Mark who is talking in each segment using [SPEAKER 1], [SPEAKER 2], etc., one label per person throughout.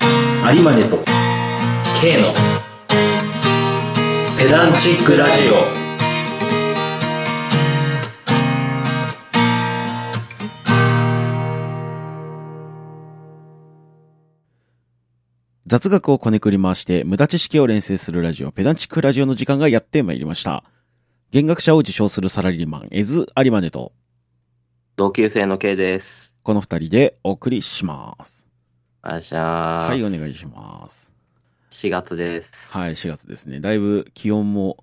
[SPEAKER 1] 有馬ネと
[SPEAKER 2] K のペダンチックラジオ
[SPEAKER 3] 雑学をこねくり回して無駄知識を連成するラジオペダンチックラジオの時間がやってまいりました弦楽者を自称するサラリーマンエズ・アリマネと
[SPEAKER 4] 同級生の K です。
[SPEAKER 3] この二人でお送りします
[SPEAKER 4] あっしゃー。
[SPEAKER 3] はいお願いします
[SPEAKER 4] す。4月です。
[SPEAKER 3] はい4月ですねだいぶ気温も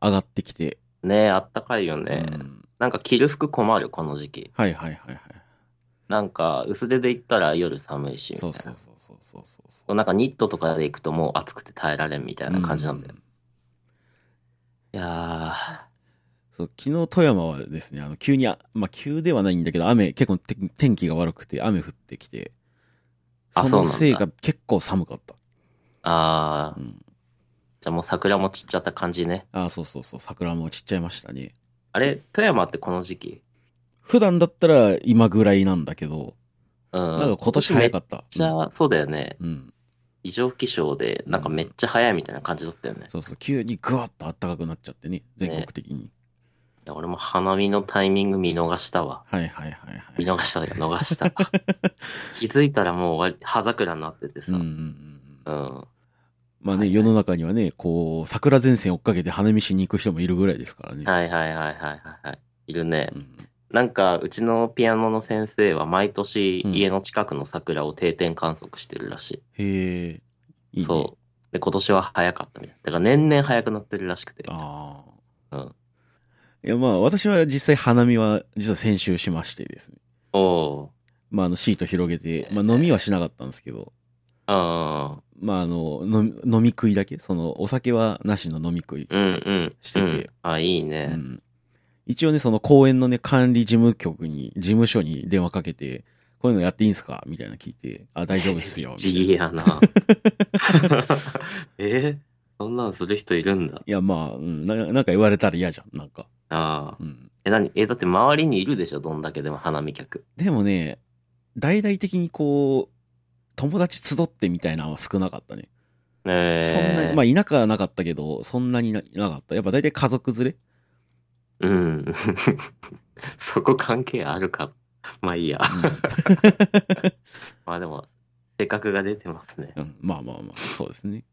[SPEAKER 3] 上がってきて、
[SPEAKER 4] ねえ、あったかいよね。
[SPEAKER 3] うん
[SPEAKER 4] なんか着る服困る、この時期。
[SPEAKER 3] はいはいはいは
[SPEAKER 4] なんか薄手で行ったら夜寒いし、
[SPEAKER 3] い
[SPEAKER 4] みた
[SPEAKER 3] そ
[SPEAKER 4] いうな。
[SPEAKER 3] そうそうそうそうそう
[SPEAKER 4] なんかニットとかで行くともう暑くて耐えられんみたいな感じなんだよ。
[SPEAKER 3] う
[SPEAKER 4] いや
[SPEAKER 3] そう昨日富山はですねあの急にあまあ急ではないんだけど雨結構て天気が悪くて雨降ってきて
[SPEAKER 4] あ
[SPEAKER 3] その
[SPEAKER 4] そうなんだ
[SPEAKER 3] せいか結構寒かった
[SPEAKER 4] ー、あー、
[SPEAKER 3] うん
[SPEAKER 4] じゃあもう桜も散っちゃった感じね。
[SPEAKER 3] あーそうそうそう桜も散っちゃいましたね
[SPEAKER 4] あれ、富山ってこの時期
[SPEAKER 3] 普段だったら今ぐらいなんだけど、
[SPEAKER 4] うん。
[SPEAKER 3] なんか今年早かった。
[SPEAKER 4] めっちゃ、そうだよね。
[SPEAKER 3] うん、うん
[SPEAKER 4] 異常気象で、なんかめっちゃ早いみたいな感じだったよね。
[SPEAKER 3] そうそう、急にぐわっと暖かくなっちゃってね、全国的に。
[SPEAKER 4] いや俺も花見のタイミング見逃したわ。
[SPEAKER 3] はいはいはいはい。
[SPEAKER 4] 見逃 したよ、逃した。気づいたらもう終わり、葉桜になっててさ。
[SPEAKER 3] う
[SPEAKER 4] うん
[SPEAKER 3] うん
[SPEAKER 4] ん。
[SPEAKER 3] うんうん。まあ
[SPEAKER 4] は
[SPEAKER 3] ね、
[SPEAKER 4] いはい
[SPEAKER 3] 世の中にはね、こう、桜前線追っかけて花見しに行く人もいるぐらいですからね。
[SPEAKER 4] はいはいはいはいはいはい。いるね。
[SPEAKER 3] うん
[SPEAKER 4] なんか、うちのピアノの先生は毎年
[SPEAKER 3] うん
[SPEAKER 4] 家の近くの桜を定点観測してるらし
[SPEAKER 3] へえ、い
[SPEAKER 4] い。
[SPEAKER 3] いね。
[SPEAKER 4] そう。で、今年は早かったみたい。だから年々早くなってるらしくて。
[SPEAKER 3] ああ。
[SPEAKER 4] うん
[SPEAKER 3] いやまあ、私は実際花見は、実は先週しましてですね。
[SPEAKER 4] おお
[SPEAKER 3] まあ、あの、シート広げて、まあ、飲みはしなかったんですけど、
[SPEAKER 4] ー。あ
[SPEAKER 3] まあ、あの、の飲み食いだけ、その、お酒はなしの飲み食い。
[SPEAKER 4] ーうんうん。
[SPEAKER 3] してて
[SPEAKER 4] うんあ、いいうね。
[SPEAKER 3] ん一応ね、その公園のね、管理事務局に、事務所に電話かけて、こういうのやっていいんすかみたいな聞いて、あ、大丈夫っすよ。みた
[SPEAKER 4] 地
[SPEAKER 3] いな
[SPEAKER 4] 味や な。 えそんなんする人いるんだ。
[SPEAKER 3] いや、まあ、うんな、なんか言われたら嫌じゃん、なんか。
[SPEAKER 4] ああ。
[SPEAKER 3] うん。
[SPEAKER 4] え、何え、だって周りにいるでしょどんだけでも花見客。
[SPEAKER 3] でもね、大々的にこう、友達集ってみたいなのは少なかったね。
[SPEAKER 4] え
[SPEAKER 3] そんなに、まあ、田舎はなかったけど、そんなにななかった。やっぱ大体家族連れ
[SPEAKER 4] うん。 そこ関係あるか。まあいいや。まあでも、性格が出てますね。
[SPEAKER 3] うんうん。まあまあまあ、そうですね。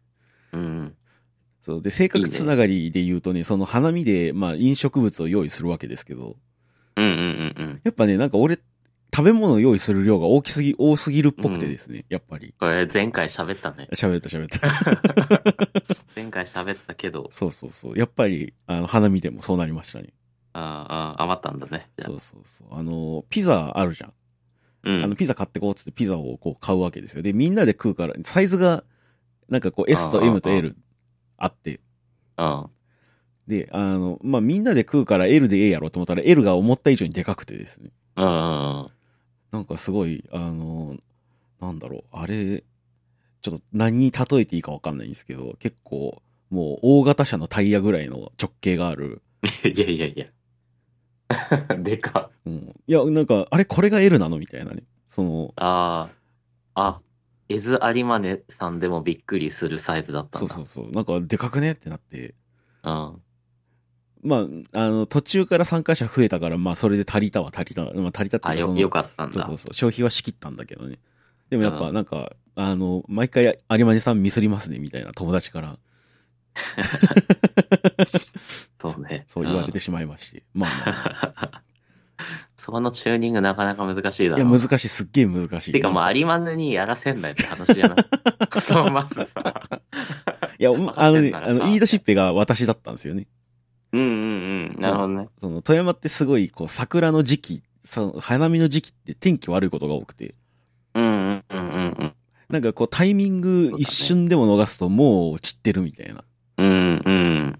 [SPEAKER 4] うん。
[SPEAKER 3] そうで、性格つながりで言うとね、その花見で、まあ、飲食物を用意するわけですけど、
[SPEAKER 4] うんうんうんうん。
[SPEAKER 3] やっぱね、なんか俺、食べ物を用意する量が大きすぎ、多すぎるっぽくてですね、やっぱり。。
[SPEAKER 4] これ前回喋ったね
[SPEAKER 3] 喋った喋った。
[SPEAKER 4] 前回喋ったけど、
[SPEAKER 3] そうそうそう。やっぱり、あの、花見でもそうなりましたね。
[SPEAKER 4] ああ、ああ余ったんだね。じゃあ
[SPEAKER 3] そうそうそう。あの、ピザあるじゃん。
[SPEAKER 4] う
[SPEAKER 3] あの、
[SPEAKER 4] ん。
[SPEAKER 3] ピザ買ってこうっつってピザをこう買うわけですよ。で、みんなで食うから、サイズが、なんかこう S と M と
[SPEAKER 4] ああああ
[SPEAKER 3] L あって、
[SPEAKER 4] あ
[SPEAKER 3] で、あの、まあ、みんなで食うから L でええやろと思ったら L が思った以上にでかくてですね。
[SPEAKER 4] あうん うん
[SPEAKER 3] なんかすごい、あの、なんだろう、あれ、ちょっと何に例えていいかわかんないんですけど、結構、もう大型車のタイヤぐらいの直径がある。
[SPEAKER 4] うん。いやいやいや。 でか。
[SPEAKER 3] うん、いや、なんか、あれ、これが L なのみたいなね。その、
[SPEAKER 4] ああ。あ、エズ・アリマネさんでもびっくりするサイズだったん
[SPEAKER 3] そう
[SPEAKER 4] だ。
[SPEAKER 3] そうそう、なんか、でかくねってなって。
[SPEAKER 4] うん。
[SPEAKER 3] まあ、あの、途中から参加者増えたから、まあ、それで足りたは足りた。まあ、足りたって
[SPEAKER 4] あ、
[SPEAKER 3] いうか、そ
[SPEAKER 4] よ、
[SPEAKER 3] の
[SPEAKER 4] よかったん
[SPEAKER 3] そう
[SPEAKER 4] だ。
[SPEAKER 3] そうそう、消費は仕切ったんだけどね。でもやっ
[SPEAKER 4] う
[SPEAKER 3] ぱ、
[SPEAKER 4] ん
[SPEAKER 3] なんか、あの、毎回、有馬根さんミスりますね、みたいな友達から、
[SPEAKER 4] そうね。
[SPEAKER 3] そう言われてしまいまして。まあ まあま あ。
[SPEAKER 4] そこのチューニングなかなか難しいだ
[SPEAKER 3] いや、
[SPEAKER 4] ろう。
[SPEAKER 3] 難しい。すっげえ難しい。
[SPEAKER 4] てかも
[SPEAKER 3] なん
[SPEAKER 4] う、有馬根にやらせんなよって話じゃない そう、まずさ。
[SPEAKER 3] いや、まあのね、
[SPEAKER 4] わかってんなら
[SPEAKER 3] あの、
[SPEAKER 4] さ
[SPEAKER 3] 言い出しっぺが私だったんですよね。
[SPEAKER 4] うんうんうん。なるほどね。
[SPEAKER 3] その、富山ってすごい、こう、桜の時期、その、花見の時期って天気悪いことが多くて、
[SPEAKER 4] うんうんうんうん
[SPEAKER 3] なんかこう、タイミング
[SPEAKER 4] そうだね
[SPEAKER 3] 一瞬でも逃すともう散ってるみたいな。
[SPEAKER 4] うん。うんうん。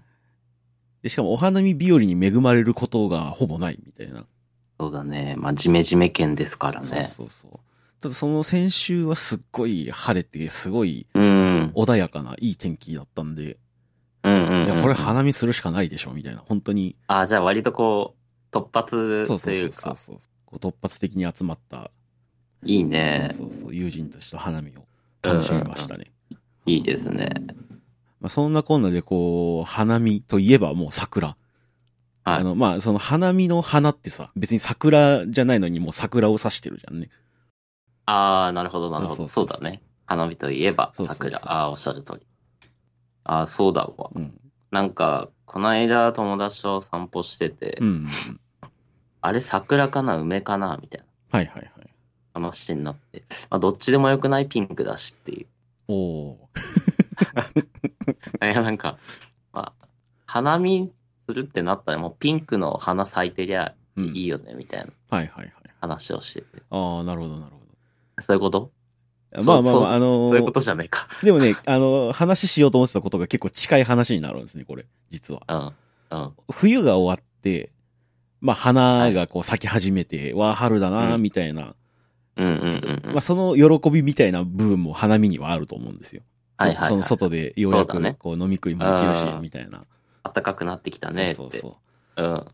[SPEAKER 3] で、しかもお花見日和に恵まれることがほぼないみたいな。
[SPEAKER 4] そうだね。まあ、ジメジメ県ですからね。
[SPEAKER 3] そうそうそう。ただその先週はすっごい晴れて、すごい
[SPEAKER 4] うん。
[SPEAKER 3] 穏やかないい天気だったんで、
[SPEAKER 4] うん
[SPEAKER 3] い
[SPEAKER 4] うんうん。
[SPEAKER 3] や、これ花見するしかないでしょ、みたいな。本当に
[SPEAKER 4] あ、じゃあ割とこう、突
[SPEAKER 3] そう
[SPEAKER 4] 発と
[SPEAKER 3] そう
[SPEAKER 4] い
[SPEAKER 3] そううそう
[SPEAKER 4] か、
[SPEAKER 3] そう。こう突発的に集まった、
[SPEAKER 4] いいね。
[SPEAKER 3] そうそうそう、友人たちと花見を楽しみましたね。
[SPEAKER 4] いいですね。
[SPEAKER 3] まあ、そんなこんなで、こう、花見といえばもう桜。
[SPEAKER 4] はい
[SPEAKER 3] あの、まあ、その花見の花ってさ、別に桜じゃないのにもう桜を指してるじゃんね。
[SPEAKER 4] ああ、なるほど、なるほ
[SPEAKER 3] そ
[SPEAKER 4] ど。そう
[SPEAKER 3] そうそうそ
[SPEAKER 4] う
[SPEAKER 3] う
[SPEAKER 4] だね。花見といえば
[SPEAKER 3] そうそうそう
[SPEAKER 4] 桜。ああ、おっしゃる通り。ああ、そうだわ。
[SPEAKER 3] うん。
[SPEAKER 4] なんか、この間友達と散歩してて、
[SPEAKER 3] うんうん。
[SPEAKER 4] あれ桜かな、梅かなみたいな
[SPEAKER 3] はいはいはい。
[SPEAKER 4] 話になって、まあ、どっちでもよくないピンクだしっていう。
[SPEAKER 3] おおー。
[SPEAKER 4] いや、なんか、まあ、花見するってなったら、もうピンクの花咲いてりゃ
[SPEAKER 3] うん、
[SPEAKER 4] いいよね、みたいな
[SPEAKER 3] はいはいはい。
[SPEAKER 4] 話をしてて。
[SPEAKER 3] ああ、なるほどなるほ
[SPEAKER 4] そういうこと
[SPEAKER 3] ど。
[SPEAKER 4] そう
[SPEAKER 3] まあまあまあ、
[SPEAKER 4] そう
[SPEAKER 3] あのー
[SPEAKER 4] そういうことじゃねえか。
[SPEAKER 3] でもね、あのー話しようと思ってたことが結構近い話になるんですね、これ、実は。
[SPEAKER 4] うん。うん。
[SPEAKER 3] 冬が終わって、まあ、花がこう咲き始めて、わあ、春だな、
[SPEAKER 4] うん
[SPEAKER 3] みたいな、
[SPEAKER 4] うんうんうんうん。
[SPEAKER 3] まあ、その喜びみたいな部分も花見にはあると思うんですよ。
[SPEAKER 4] はいはいはい
[SPEAKER 3] そその外でようや
[SPEAKER 4] そうだ
[SPEAKER 3] く
[SPEAKER 4] ね
[SPEAKER 3] こう飲み食いもできるし
[SPEAKER 4] あ、ー
[SPEAKER 3] みたいな。
[SPEAKER 4] 暖かくなってきたねって。。
[SPEAKER 3] そうそうそう
[SPEAKER 4] ん。
[SPEAKER 3] う。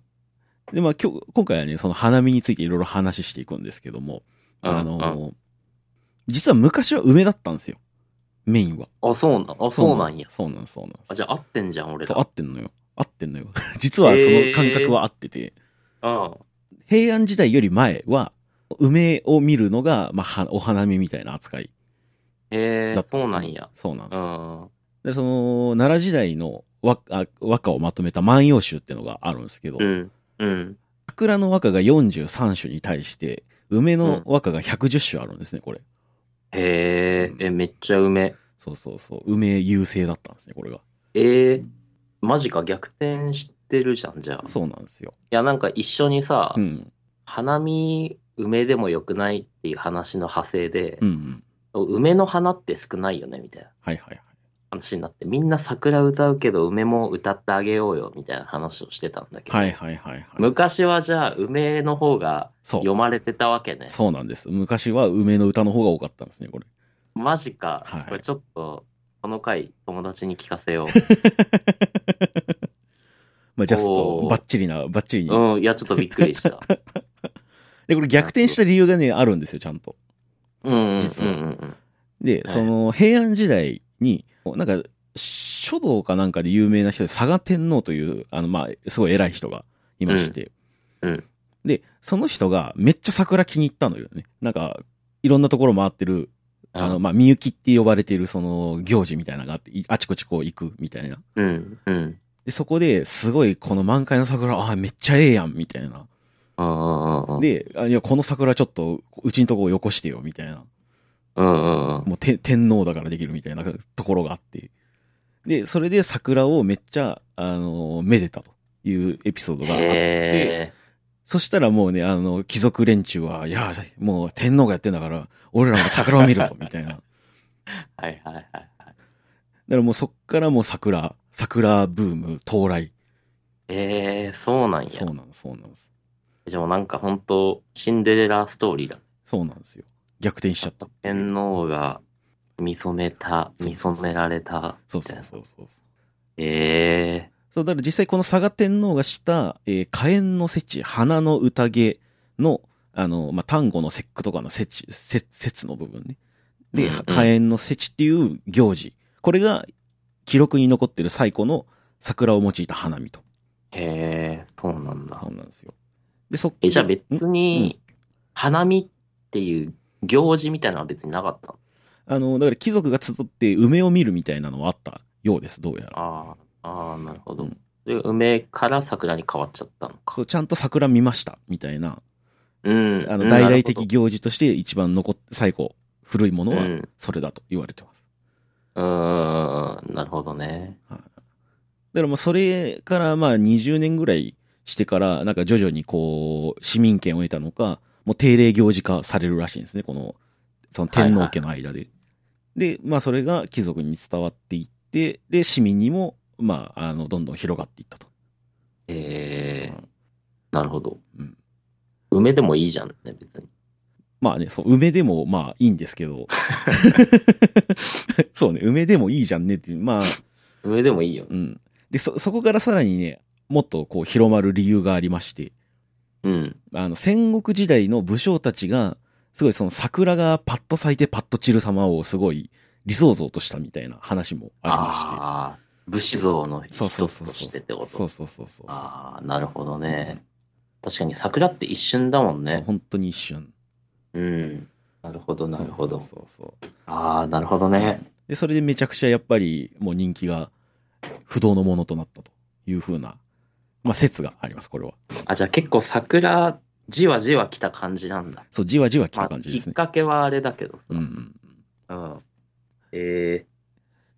[SPEAKER 3] で、まあ、今日、今回はね、その花見についていろいろ話していくんですけども、
[SPEAKER 4] うん
[SPEAKER 3] あのー実は昔は梅だったんですよ。メインは。
[SPEAKER 4] あ、そうなん、あ、そうなんや。
[SPEAKER 3] そうなんです、そうなんです
[SPEAKER 4] あ、。じゃあ合ってんじゃん、俺
[SPEAKER 3] そ
[SPEAKER 4] ら。
[SPEAKER 3] う、合ってんのよ。合ってんのよ。 実はその感覚は合ってて、
[SPEAKER 4] うん。
[SPEAKER 3] 平安時代より前は、梅を見るのが、まあは、お花見みたいな扱い
[SPEAKER 4] へ
[SPEAKER 3] だっ、
[SPEAKER 4] え
[SPEAKER 3] た
[SPEAKER 4] そ
[SPEAKER 3] ですね
[SPEAKER 4] うなんや。。
[SPEAKER 3] そうなんです。で、
[SPEAKER 4] うん。
[SPEAKER 3] その、奈良時代の和あ和歌をまとめた万葉集ってのがあるんですけど、
[SPEAKER 4] うん。うん。
[SPEAKER 3] 桜の和歌が43種に対して、梅の和歌が110種あるんですね、これ。
[SPEAKER 4] へえ、え、めっちゃ梅。
[SPEAKER 3] そうそうそう。梅優勢だったんですね、これが。
[SPEAKER 4] ええ、マジか、逆転してるじゃん、じゃあ。い
[SPEAKER 3] そうなんですよ。
[SPEAKER 4] や、なんか一緒にさ
[SPEAKER 3] う、ん。
[SPEAKER 4] 花見、梅でもよくないっていう話の派生で
[SPEAKER 3] う、んうん。
[SPEAKER 4] 梅の花って少ないよね、みたいな
[SPEAKER 3] はいはいはい。
[SPEAKER 4] 話になって、みんな桜歌うけど、梅も歌ってあげようよ、みたいな話をしてたんだけど。
[SPEAKER 3] はいはいはいはい。
[SPEAKER 4] 昔はじゃあ、梅の方が
[SPEAKER 3] そう
[SPEAKER 4] 読。まれてたわけね。
[SPEAKER 3] そうなんです。昔は梅の歌の方が多かったんですね、これ。
[SPEAKER 4] マジか。
[SPEAKER 3] はい
[SPEAKER 4] これちょっと、この回、友達に聞かせよ
[SPEAKER 3] まあ、ジャス
[SPEAKER 4] お
[SPEAKER 3] ト、
[SPEAKER 4] ー
[SPEAKER 3] バッチリな、バッチリに。
[SPEAKER 4] う。うん、いや、ちょっとびっくりした。
[SPEAKER 3] で、これ逆転した理由がね、あるんですよ、ちゃんと。
[SPEAKER 4] うん、うん、うん
[SPEAKER 3] 実は
[SPEAKER 4] うん。
[SPEAKER 3] で、
[SPEAKER 4] はい
[SPEAKER 3] その、平安時代に、なんか、書道かなんかで有名な人で、佐賀天皇という、あの、まあ、すごい偉い人がいまして。
[SPEAKER 4] うんうん
[SPEAKER 3] で、その人がめっちゃ桜気に入ったのよね。なんか、いろんなところ回ってる、あの、まあ、みゆきって呼ばれている、その、行事みたいなのがあって、いあちこちこう行くみたいな。
[SPEAKER 4] うん、うん。
[SPEAKER 3] で、そこですごい、この満開の桜、ああ、めっちゃええやん、みたいな。
[SPEAKER 4] うん、うん、うん。
[SPEAKER 3] で、あいや、この桜ちょっと、うちんとこをよこしてよ、みたいな。
[SPEAKER 4] うん、うん、うん。
[SPEAKER 3] もうて天皇だからできるみたいなところがあって。で、それで桜をめっちゃ、あの、めでたというエピソードがあって、
[SPEAKER 4] へえ。
[SPEAKER 3] そしたらもうね、あの、貴族連中は、いや、もう天皇がやってんだから、俺らも桜を見 るぞ、みたいな。だか
[SPEAKER 4] はい、はい、はいはい。
[SPEAKER 3] らもうそっからもう桜、桜ブーム到来。
[SPEAKER 4] ええ、そうなん
[SPEAKER 3] そ
[SPEAKER 4] や
[SPEAKER 3] う。なんです、そうなんです。
[SPEAKER 4] でもなんか本当シンデレラストーリーだ。
[SPEAKER 3] そうなんですよ。逆転しちゃった。
[SPEAKER 4] 天皇が見初めた、
[SPEAKER 3] そう
[SPEAKER 4] 見
[SPEAKER 3] そうそう
[SPEAKER 4] 初められた、
[SPEAKER 3] そう
[SPEAKER 4] みた
[SPEAKER 3] そ
[SPEAKER 4] いうな。
[SPEAKER 3] そうそう。
[SPEAKER 4] ええ、
[SPEAKER 3] そう、だから実際この佐賀天皇がした、えー火炎の節、花の宴の、あの、まあ、丹後の節句とかの節、節、節の部分ね。で、
[SPEAKER 4] うんうん
[SPEAKER 3] 火炎の節っていう行事。これが記録に残ってる最古の桜を用いた花見と。
[SPEAKER 4] へえ、そうなんだ
[SPEAKER 3] そ。うなんですよ。で、そっ
[SPEAKER 4] え、じゃあ別
[SPEAKER 3] ん
[SPEAKER 4] に、花見っていう行事みたいなのは別になかったの
[SPEAKER 3] あの、だから貴族が集って梅を見るみたいなのはあったようです、どうやら。
[SPEAKER 4] ああ、ああ、なるほ
[SPEAKER 3] う
[SPEAKER 4] ど
[SPEAKER 3] ん。
[SPEAKER 4] で、梅から桜に変わっちゃったのか。
[SPEAKER 3] そうちゃんと桜見ました、みたいな。
[SPEAKER 4] うん。
[SPEAKER 3] あ
[SPEAKER 4] う
[SPEAKER 3] の、大
[SPEAKER 4] んな
[SPEAKER 3] 々
[SPEAKER 4] るほど
[SPEAKER 3] 的行事として一番残っ、最古、古いもの
[SPEAKER 4] う
[SPEAKER 3] は
[SPEAKER 4] ん
[SPEAKER 3] それだと言われてます。
[SPEAKER 4] うーん、なるほどね。
[SPEAKER 3] だからもうそれからまあ20年ぐらいしてから、なんか徐々にこう、市民権を得たのか、もう定例行事化されるらしいんですね、この、その天皇家の間で。で、まあそれが貴族に伝わっていって、で、市民にも、まあ、あの、どんどん広がっていったと。
[SPEAKER 4] ええ、なるほど。
[SPEAKER 3] うん
[SPEAKER 4] 梅でもいいじゃんね、別に。
[SPEAKER 3] まあね、そう、梅でもまあいいんですけ ど。そうね、梅でもいいじゃんねっていう、まあ、
[SPEAKER 4] 梅でもいいよね。
[SPEAKER 3] うん。で、そ、そこからさらにね、もっとこう広まる理由がありまして、
[SPEAKER 4] うん。
[SPEAKER 3] あの、戦国時代の武将たちが、すごいその桜がパッと咲いてパッと散る様をすごい理想像としたみたいな話もあ
[SPEAKER 4] ああ、武士像の
[SPEAKER 3] り
[SPEAKER 4] 一
[SPEAKER 3] まして。そう
[SPEAKER 4] つ
[SPEAKER 3] そ
[SPEAKER 4] と
[SPEAKER 3] うそうそう。
[SPEAKER 4] してってこと。
[SPEAKER 3] そうそうそうそう。
[SPEAKER 4] ああ、なるほどね。確かに桜って一瞬だもん
[SPEAKER 3] そう
[SPEAKER 4] ね。
[SPEAKER 3] 本当に一瞬。
[SPEAKER 4] うん。なるほど、なるほど。
[SPEAKER 3] そうそうそうそう
[SPEAKER 4] ああ、なるほどね。
[SPEAKER 3] で、それでめちゃくちゃやっぱりもう人気が不動のものとなったというふうな、まあ説があります、これは。
[SPEAKER 4] あ、じゃあ結構桜、じわじわ来た感じなんだ。
[SPEAKER 3] そう、じわじわ来た
[SPEAKER 4] まあ、
[SPEAKER 3] 感じで
[SPEAKER 4] き
[SPEAKER 3] す
[SPEAKER 4] っ
[SPEAKER 3] ね。
[SPEAKER 4] かけはあれだけどさ。
[SPEAKER 3] うんうん。
[SPEAKER 4] うん。え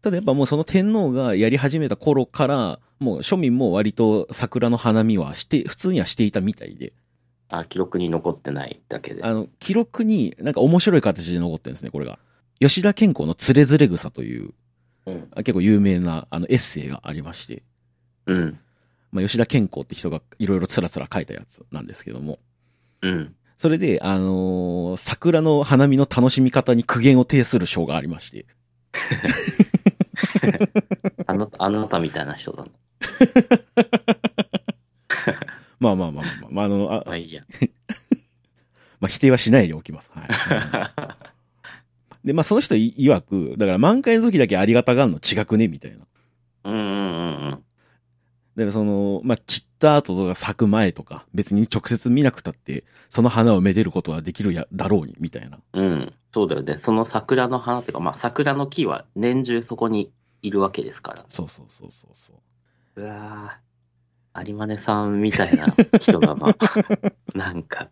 [SPEAKER 3] ただやっぱもうその天皇がやり始めた頃から、もう庶民も割と桜の花見はして、普通にはしていたみたいで、
[SPEAKER 4] ー、あ、記録に残ってないだけで。
[SPEAKER 3] あの、記録になんか面白い形で残ってるんですね、これが。吉田健康のつれづれ草という、
[SPEAKER 4] うん。
[SPEAKER 3] あ結構有名なあのエッセイがありまして、
[SPEAKER 4] うん。
[SPEAKER 3] まあ、吉田健康って人がいろいろつらつら書いたやつなんですけども、
[SPEAKER 4] うん。
[SPEAKER 3] それで、あのー桜の花見の楽しみ方に苦言を呈する章がありまして、
[SPEAKER 4] あなた、あなたみたいな人だな。
[SPEAKER 3] まあまあまあまあまあ、まあ、あの、あ
[SPEAKER 4] まあいいや。
[SPEAKER 3] まあ、否定はしないでおきます。はい。で、まあその人い曰く、だから満開の時だけありがたがんの違くねみたいな。
[SPEAKER 4] うんうんうんうん。
[SPEAKER 3] だからその、まあ散った後とか咲く前とか、別に直接見なくたって、その花をめでることはできるや、だろうに、みたいな。
[SPEAKER 4] うん、そうだよね。その桜の花っていうか、まあ、桜の木は年中そこにいるわけですから。
[SPEAKER 3] そうそうそうそうそう。
[SPEAKER 4] うわー有馬さんみたいな人だ な。なんか。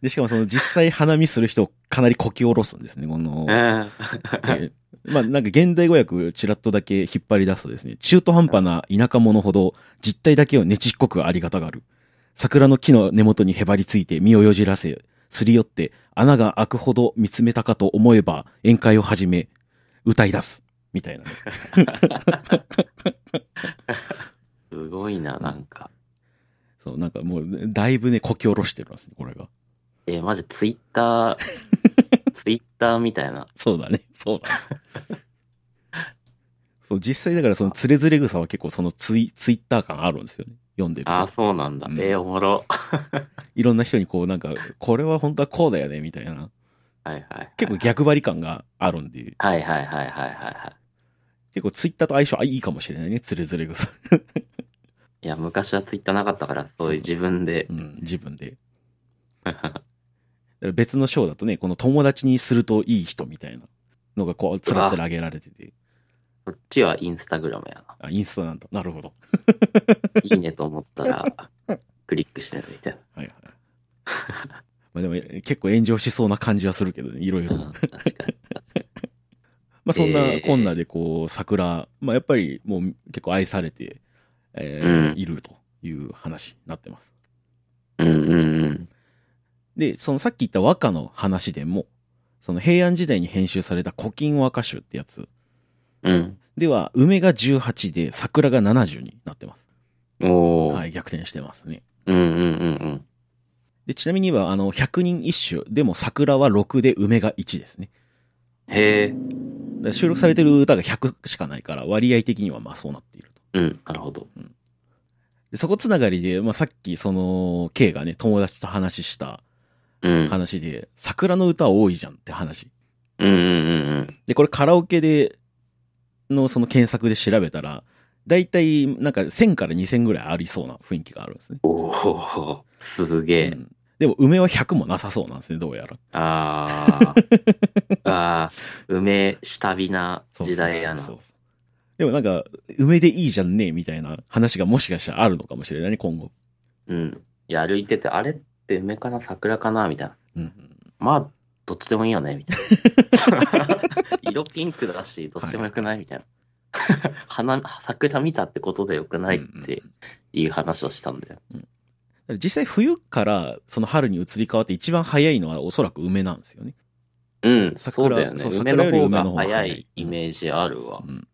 [SPEAKER 3] で、しかもその実際花見する人をかなりこき下ろすんですね、この
[SPEAKER 4] う。 ん。
[SPEAKER 3] えーまあなんか現代語訳ちらっとだけ引っ張り出すとですね、中途半端な田舎者ほど実態だけをねちっこくありがたがる。桜の木の根元にへばりついて身をよじらせ、すり寄って穴が開くほど見つめたかと思えば宴会を始め、歌い出す。みたいなね。
[SPEAKER 4] すごいな、なんか。
[SPEAKER 3] そう、なんかもうだいぶね、こき下ろしてるんですね、これが。
[SPEAKER 4] えー、マジツイッ ター、ツイッターみたいな。
[SPEAKER 3] そうだね、そうだね。そう、実際だからそのつれづれ草は結構そのツイツイッター感あるんですよね。読んでると。
[SPEAKER 4] ああ、そうなんだ。えー、おもろ。
[SPEAKER 3] いろんな人にこうなんか、これは本当はこうだよね、みたいな。
[SPEAKER 4] はいはい。
[SPEAKER 3] 結構逆張り感があるんで、
[SPEAKER 4] はいはいはいはいはいは
[SPEAKER 3] 結構ツイッターと相性いいかもしれないね、つれづれ草。
[SPEAKER 4] い。いや、昔はツイッターなかったから、そういう自分で
[SPEAKER 3] う。ん、自分で。だから別の章だとね、この友達にするといい人みたいなのがこう、つらつら上げられてて、
[SPEAKER 4] こっちはインスタグラムやな。
[SPEAKER 3] あ、インスタなんだ。なるほど。
[SPEAKER 4] いいねと思った ら、クリックしてるみたいな。
[SPEAKER 3] はいはい。まあでも結構炎上しそうな感じはするけどね、いろいろ。
[SPEAKER 4] うん、確かに。
[SPEAKER 3] まあそん
[SPEAKER 4] え
[SPEAKER 3] な
[SPEAKER 4] え
[SPEAKER 3] こんなでこう、桜、まあやっぱりもう結構愛されて、えー
[SPEAKER 4] うん
[SPEAKER 3] いるという話になってます。
[SPEAKER 4] うんうんうん。
[SPEAKER 3] で、そのさっき言った和歌の話でも、その平安時代に編集された古今和歌集ってやつ
[SPEAKER 4] うん。
[SPEAKER 3] では、梅が18で桜が70になってます。
[SPEAKER 4] おー。
[SPEAKER 3] はい、逆転してますね。
[SPEAKER 4] うんうんうん
[SPEAKER 3] で、ちなみには、あの、100人一首でも桜は6で梅が1ですね。
[SPEAKER 4] うん。へえ。
[SPEAKER 3] だから収録されてる歌が100しかないから、割合的にはまあそうなっていると。
[SPEAKER 4] うん、なるほど。
[SPEAKER 3] でそこつながりで、まあさっきその、K がね、友達と話した
[SPEAKER 4] うん。うん
[SPEAKER 3] 話で、桜の歌多いじゃんって話。
[SPEAKER 4] うんうん
[SPEAKER 3] で、これカラオケで、のその検索で調べたら、だいたいなんか1000から2000ぐらいありそうな雰囲気があるんですね。
[SPEAKER 4] うん。おー、すげえ。
[SPEAKER 3] うんでも梅は100もなさそうなんですね、どうやら。
[SPEAKER 4] あー。 あー、梅下火な
[SPEAKER 3] そうそうそう
[SPEAKER 4] 時代やな
[SPEAKER 3] そ。うそうでもなんか、梅でいいじゃんねみたいな話がもしかしたらあるのかもしれないね、今後。
[SPEAKER 4] うん。いや、歩いてて、あれって梅かな桜かなみたいな。
[SPEAKER 3] うんうん
[SPEAKER 4] まあ、どっちでもいいよねみたい な。色ピンクだし、どっちでもよくないみたいな。花、桜見たってことでよくないっていう話をしたんだよ。
[SPEAKER 3] だから実際冬からその春に移り変わって一番早いのはおそらく梅なんですよね。
[SPEAKER 4] うん、そう
[SPEAKER 3] 桜
[SPEAKER 4] だよね。
[SPEAKER 3] そう
[SPEAKER 4] 梅
[SPEAKER 3] 桜
[SPEAKER 4] の
[SPEAKER 3] より
[SPEAKER 4] 方
[SPEAKER 3] 梅
[SPEAKER 4] が
[SPEAKER 3] の方が
[SPEAKER 4] 早
[SPEAKER 3] 早い
[SPEAKER 4] いイメージあるわ。
[SPEAKER 3] うん、だ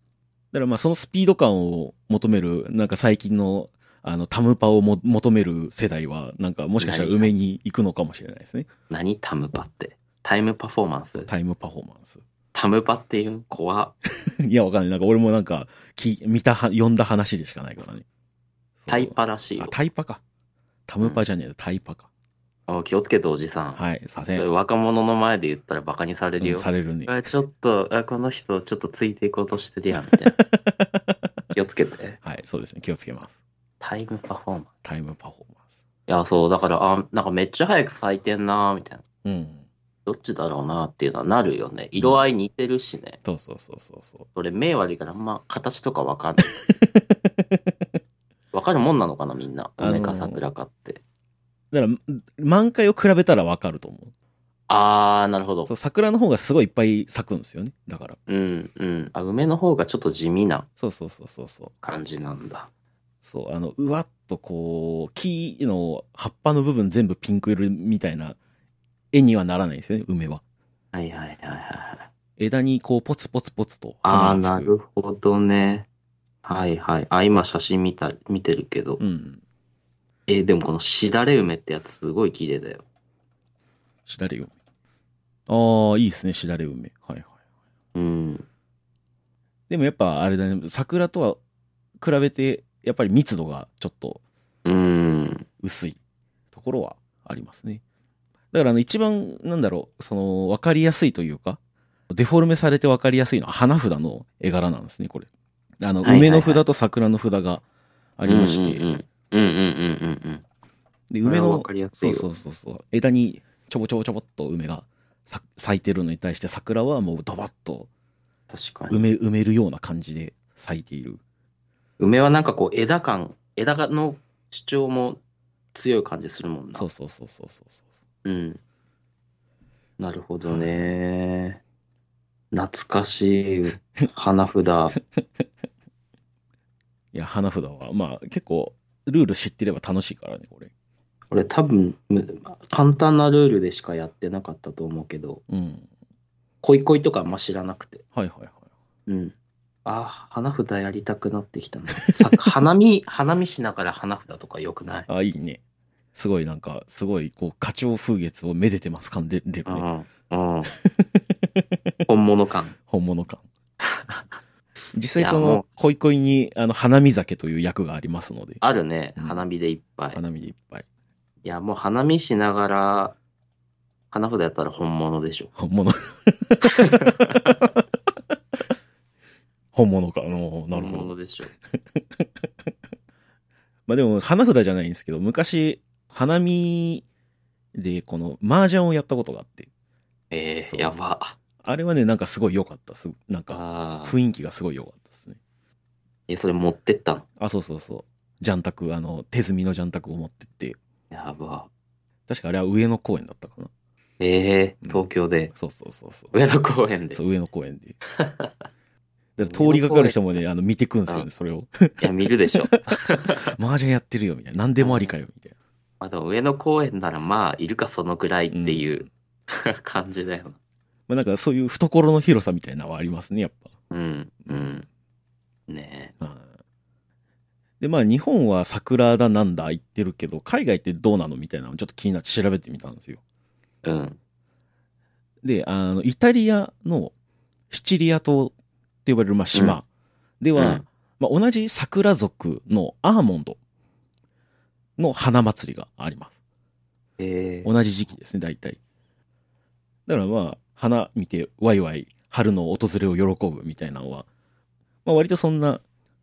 [SPEAKER 3] からまあそのスピード感を求める、なんか最近のあのタムパをも求める世代は、なんかもしかしたら梅に行くのかもしれないですね。
[SPEAKER 4] 何タムパって。タイムパフォーマンス
[SPEAKER 3] タイムパフォーマンス。
[SPEAKER 4] タムパっていう怖っ
[SPEAKER 3] いや、わかんない。なんか俺もなんか、き見たは、読んだ話でしかないからね。そう
[SPEAKER 4] タイパらしいよ
[SPEAKER 3] あ、。タイパか。タムパじゃねえよ、タイパか。
[SPEAKER 4] お気をつけて、おじさん。
[SPEAKER 3] はい、左
[SPEAKER 4] それ
[SPEAKER 3] 遷。
[SPEAKER 4] 若者の前で言ったらバカにされる
[SPEAKER 3] う
[SPEAKER 4] よ。
[SPEAKER 3] んされるね。
[SPEAKER 4] あちょっとあ、この人、ちょっとついていこうとしてるやん、み たいな。気をつけて。
[SPEAKER 3] はい、そうですね。気をつけます。
[SPEAKER 4] タイムパフォーマンス。
[SPEAKER 3] タイムパフォーマンス。
[SPEAKER 4] いや、そう、だから、あ、なんかめっちゃ早く咲いてんな、みたいな。
[SPEAKER 3] うん。
[SPEAKER 4] どっちだろうな、っていうのはなるよね。色合い似てるしね。
[SPEAKER 3] そうそうそうそうそう。
[SPEAKER 4] 俺、目悪いから、あんま形とかわかん ない。わかるもんなのかな、みんな。
[SPEAKER 3] あのー
[SPEAKER 4] 梅か桜かって。
[SPEAKER 3] だから、満開を比べたらわかると思う。
[SPEAKER 4] あー、なるほど
[SPEAKER 3] そう。桜の方がすごいいっぱい咲くんですよね。だから。
[SPEAKER 4] うん、うん。あ、梅の方がちょっと地味な
[SPEAKER 3] そうそうそうそうそう。
[SPEAKER 4] 感じなんだ。
[SPEAKER 3] そう、あの、うわっとこう、木の葉っぱの部分全部ピンク色みたいな絵にはならないんですよね、梅は。
[SPEAKER 4] はいはいはいはい。
[SPEAKER 3] 枝にこう、ポツポツポツと
[SPEAKER 4] あー、
[SPEAKER 3] 花
[SPEAKER 4] な
[SPEAKER 3] がつく。
[SPEAKER 4] るほどね。はいはい。あ、今写真見た、見てるけど。
[SPEAKER 3] うん。
[SPEAKER 4] えーでもこのしだれ梅ってやつすごい綺麗だよ。
[SPEAKER 3] しだれ梅。ああ、いいですね、しだれ梅。はいはい。
[SPEAKER 4] うん。
[SPEAKER 3] でもやっぱあれだね、桜とは比べて、やっぱり密度がちょっと
[SPEAKER 4] うん。
[SPEAKER 3] 薄いところはありますね。だからあの一番なんだろう、その分かりやすいというか、デフォルメされて分かりやすいのは花札の絵柄なんですね、これ。あの、
[SPEAKER 4] はいはいはい
[SPEAKER 3] 梅の札と桜の札がありまして、
[SPEAKER 4] うんうんうんうんうんうん
[SPEAKER 3] で、
[SPEAKER 4] うん。
[SPEAKER 3] 梅
[SPEAKER 4] これはわ
[SPEAKER 3] の
[SPEAKER 4] か、りやす
[SPEAKER 3] そ
[SPEAKER 4] いうよ。
[SPEAKER 3] そうそうそう、枝にちょぼちょぼちょぼっと梅がさ咲いてるのに対して桜はもうドバッと
[SPEAKER 4] 確か
[SPEAKER 3] 埋
[SPEAKER 4] に。
[SPEAKER 3] め埋めるような感じで咲いている。
[SPEAKER 4] 梅はなんかこう枝感、枝がの主張も強い感じするもんな。
[SPEAKER 3] そうそうそうそうそうそう。
[SPEAKER 4] うん。なるほどね。懐かしい花札。
[SPEAKER 3] いや、花札は、まあ結構、ルール知ってれば楽しいからね、これ。
[SPEAKER 4] 俺多分む簡単なルールでしかやってなかったと思うけど、
[SPEAKER 3] うん。
[SPEAKER 4] 恋恋とかあんま知らなくて。
[SPEAKER 3] はいはいはい。
[SPEAKER 4] うん。あー、花札やりたくなってきたな。さ 花見、花見しながら花札とかよくない
[SPEAKER 3] あ、いいね。すごいなんか、すごい、こう、花鳥風月をめでてます感出る
[SPEAKER 4] う
[SPEAKER 3] ね。
[SPEAKER 4] ん。 うん。本物感。
[SPEAKER 3] 本物 感。実際
[SPEAKER 4] いや
[SPEAKER 3] そ
[SPEAKER 4] も
[SPEAKER 3] の、恋恋に、あの、花見酒という役がありますので、
[SPEAKER 4] あるね。
[SPEAKER 3] うん
[SPEAKER 4] 花見でいっぱい。い
[SPEAKER 3] 花見でいっぱい。
[SPEAKER 4] や、もう花見しながら、花札やったら本物でしょ。
[SPEAKER 3] 本 物。本物か。おーなるほ
[SPEAKER 4] 本
[SPEAKER 3] ど。
[SPEAKER 4] 物でしょ。
[SPEAKER 3] まあでも、花札じゃないんですけど、昔、花見で、この、麻雀をやったことがあって、
[SPEAKER 4] え
[SPEAKER 3] そ
[SPEAKER 4] ー、
[SPEAKER 3] う
[SPEAKER 4] やば。
[SPEAKER 3] あれはね、なんかすごい良かった。すなんか、
[SPEAKER 4] あー
[SPEAKER 3] 雰囲気がすごい良かったですね。
[SPEAKER 4] え、それ持ってったの
[SPEAKER 3] あ、そうそうそう。ジャンタク、あの、手積みのジャンタクを持ってって、
[SPEAKER 4] やば。
[SPEAKER 3] 確かあれは上野公園だったかな。
[SPEAKER 4] え
[SPEAKER 3] うん
[SPEAKER 4] ー、東京で、
[SPEAKER 3] そうそうそうそう。
[SPEAKER 4] 上野公園で。
[SPEAKER 3] そ
[SPEAKER 4] いう
[SPEAKER 3] 上野公園で。 だから通りがかる人もね、あの、見てくんですよ
[SPEAKER 4] う
[SPEAKER 3] ね、それを。
[SPEAKER 4] や、見る でしょ。
[SPEAKER 3] 麻雀やってるよ、みたいな。何でもありかよ、みたいな。
[SPEAKER 4] まあでも上野公園ならまあ、いるかそのくらいっていう、 感じだよな。
[SPEAKER 3] まあなんかそういう懐の広さみたいなのはありますね、やっぱ。
[SPEAKER 4] うん、うん。ね
[SPEAKER 3] はいで、まあ日本は桜だなんだ言ってるけど、海外ってどうなのみたいなのをちょっと気になって調べてみたんですよ。
[SPEAKER 4] え。うん。
[SPEAKER 3] で、あの、イタリアのシチリア島って呼ばれる、まあ、島では、
[SPEAKER 4] うん
[SPEAKER 3] まあ、同じ桜族のアーモンドの花祭りがあります。
[SPEAKER 4] えー、
[SPEAKER 3] 同じ時期ですね、大体。だからまあ、花見てワイワイ春の訪れを喜ぶみたいなのは、まあ割とそんな、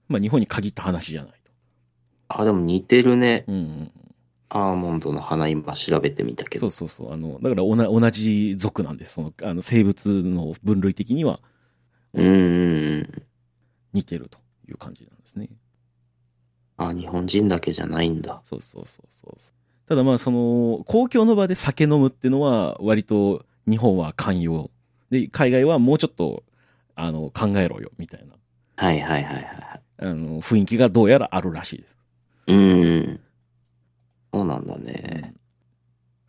[SPEAKER 3] まあ日本に限った話じゃないと。
[SPEAKER 4] あ、でも似てるね。
[SPEAKER 3] うんうん、
[SPEAKER 4] アーモンドの花今調べてみたけ
[SPEAKER 3] そう
[SPEAKER 4] ど。
[SPEAKER 3] そうそう。あの、だからおな同じ族なんです。その、あの生物の分類的には
[SPEAKER 4] うんうんうん。
[SPEAKER 3] 似てるという感じなんですね。
[SPEAKER 4] あ、日本人だけじゃないんだ。
[SPEAKER 3] そうそうそうそうそう。ただまあその公共の場で酒飲むっていうのは割と日本は寛容で海外はもうちょっとあの考えろよみたいな
[SPEAKER 4] はいはいはいはいはい。
[SPEAKER 3] あの雰囲気がどうやらあるらしいです。
[SPEAKER 4] うん。そうなんだね。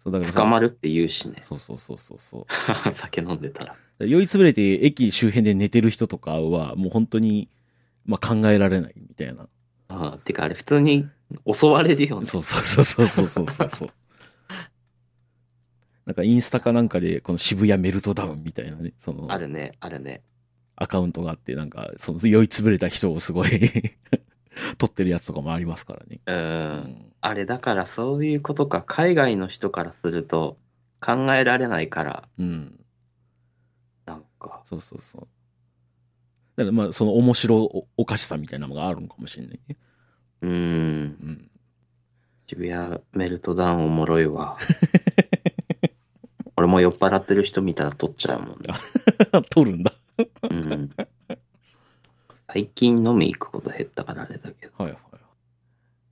[SPEAKER 3] そうだから
[SPEAKER 4] 捕まるって言うしね。
[SPEAKER 3] そうそうそうそうそう。
[SPEAKER 4] 酒飲んでたら。
[SPEAKER 3] 酔いつぶれて駅周辺で寝てる人とかはもう本当にまあ考えられないみたいな。
[SPEAKER 4] あてかあれ普通に襲われるよね。
[SPEAKER 3] そうそうそうそうそうそうそうそう。なんかインスタかなんかでこの渋谷メルトダウンみたいなね、その
[SPEAKER 4] あるね、あるね。
[SPEAKER 3] アカウントがあって、なんか、その酔いつぶれた人をすごい、 撮ってるやつとかもありますからね。
[SPEAKER 4] う。。
[SPEAKER 3] うん
[SPEAKER 4] あれだからそういうことか、海外の人からすると考えられないから、
[SPEAKER 3] うん。
[SPEAKER 4] なんか、
[SPEAKER 3] そうそうそう。だからまあ、その面白おおかしさみたいなのがあるのかもしれないね。
[SPEAKER 4] うーん、
[SPEAKER 3] うん。
[SPEAKER 4] 渋谷メルトダウンおもろい わ。俺も酔っ払ってる人見たら撮っちゃうもんね。
[SPEAKER 3] 撮るんだ。
[SPEAKER 4] うん。最近飲み行くこと減ったからあれだけど。
[SPEAKER 3] はいはい。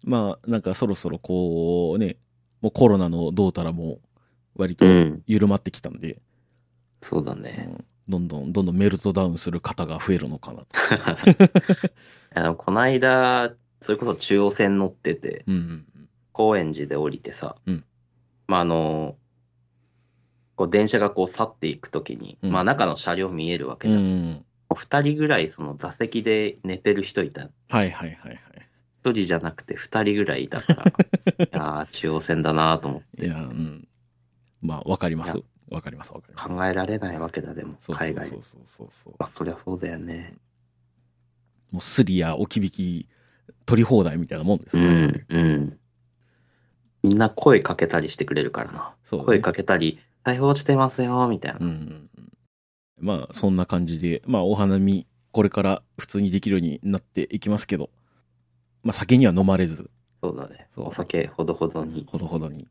[SPEAKER 3] まあ、なんかそろそろこうね、もうコロナのどうたらも割と
[SPEAKER 4] うん、
[SPEAKER 3] 緩まってきたんで、
[SPEAKER 4] そう だね。
[SPEAKER 3] うんどんどんどんどんメルトダウンする方が増えるのかなと。
[SPEAKER 4] あの、こないだ、それこそ中央線乗ってて、
[SPEAKER 3] うんうんうん。
[SPEAKER 4] 高円寺で降りてさ、
[SPEAKER 3] うん
[SPEAKER 4] まああの、こう電車がこう去っていくときに、
[SPEAKER 3] うん
[SPEAKER 4] まあ中の車両見えるわけ
[SPEAKER 3] う
[SPEAKER 4] じ
[SPEAKER 3] ん
[SPEAKER 4] ゃ。
[SPEAKER 3] うんん、
[SPEAKER 4] 2人ぐらいその座席で寝てる人いた。
[SPEAKER 3] はいはいはいは
[SPEAKER 4] 1人じゃなくて2人ぐらいい たから、いやー中央線だなと思って
[SPEAKER 3] い。いや、うん。まあ、わかります
[SPEAKER 4] い。
[SPEAKER 3] わかりますわかります。
[SPEAKER 4] 考えられないわけだ、でも、
[SPEAKER 3] そう
[SPEAKER 4] 海外。
[SPEAKER 3] そうそうそうそう
[SPEAKER 4] まあそりゃそうだよね。
[SPEAKER 3] もうスリや置き引き取り放題みたいなもんです
[SPEAKER 4] う
[SPEAKER 3] ね
[SPEAKER 4] ん、うん。みんな声かけたりしてくれるからな。
[SPEAKER 3] そうだね
[SPEAKER 4] 声かけたり、財布落ちてますよ、みたいな。
[SPEAKER 3] うんうんうんまあそんな感じで、まあお花見、これから普通にできるようになっていきますけど、まあ酒には飲まれず、
[SPEAKER 4] そうだね。
[SPEAKER 3] そう
[SPEAKER 4] お酒ほどほどに。
[SPEAKER 3] ほどほどに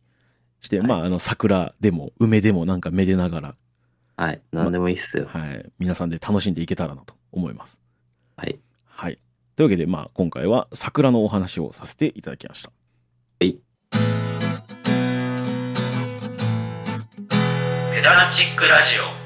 [SPEAKER 3] して、
[SPEAKER 4] はい
[SPEAKER 3] まああの桜でも梅でもなんかめでながら、
[SPEAKER 4] はい。なんでもいいっすよ。
[SPEAKER 3] はい、皆さんで楽しんでいけたらなと思います。
[SPEAKER 4] はい。
[SPEAKER 3] はい。というわけで、まあ今回は桜のお話をさせていただきました。
[SPEAKER 2] ペダンチックラジオ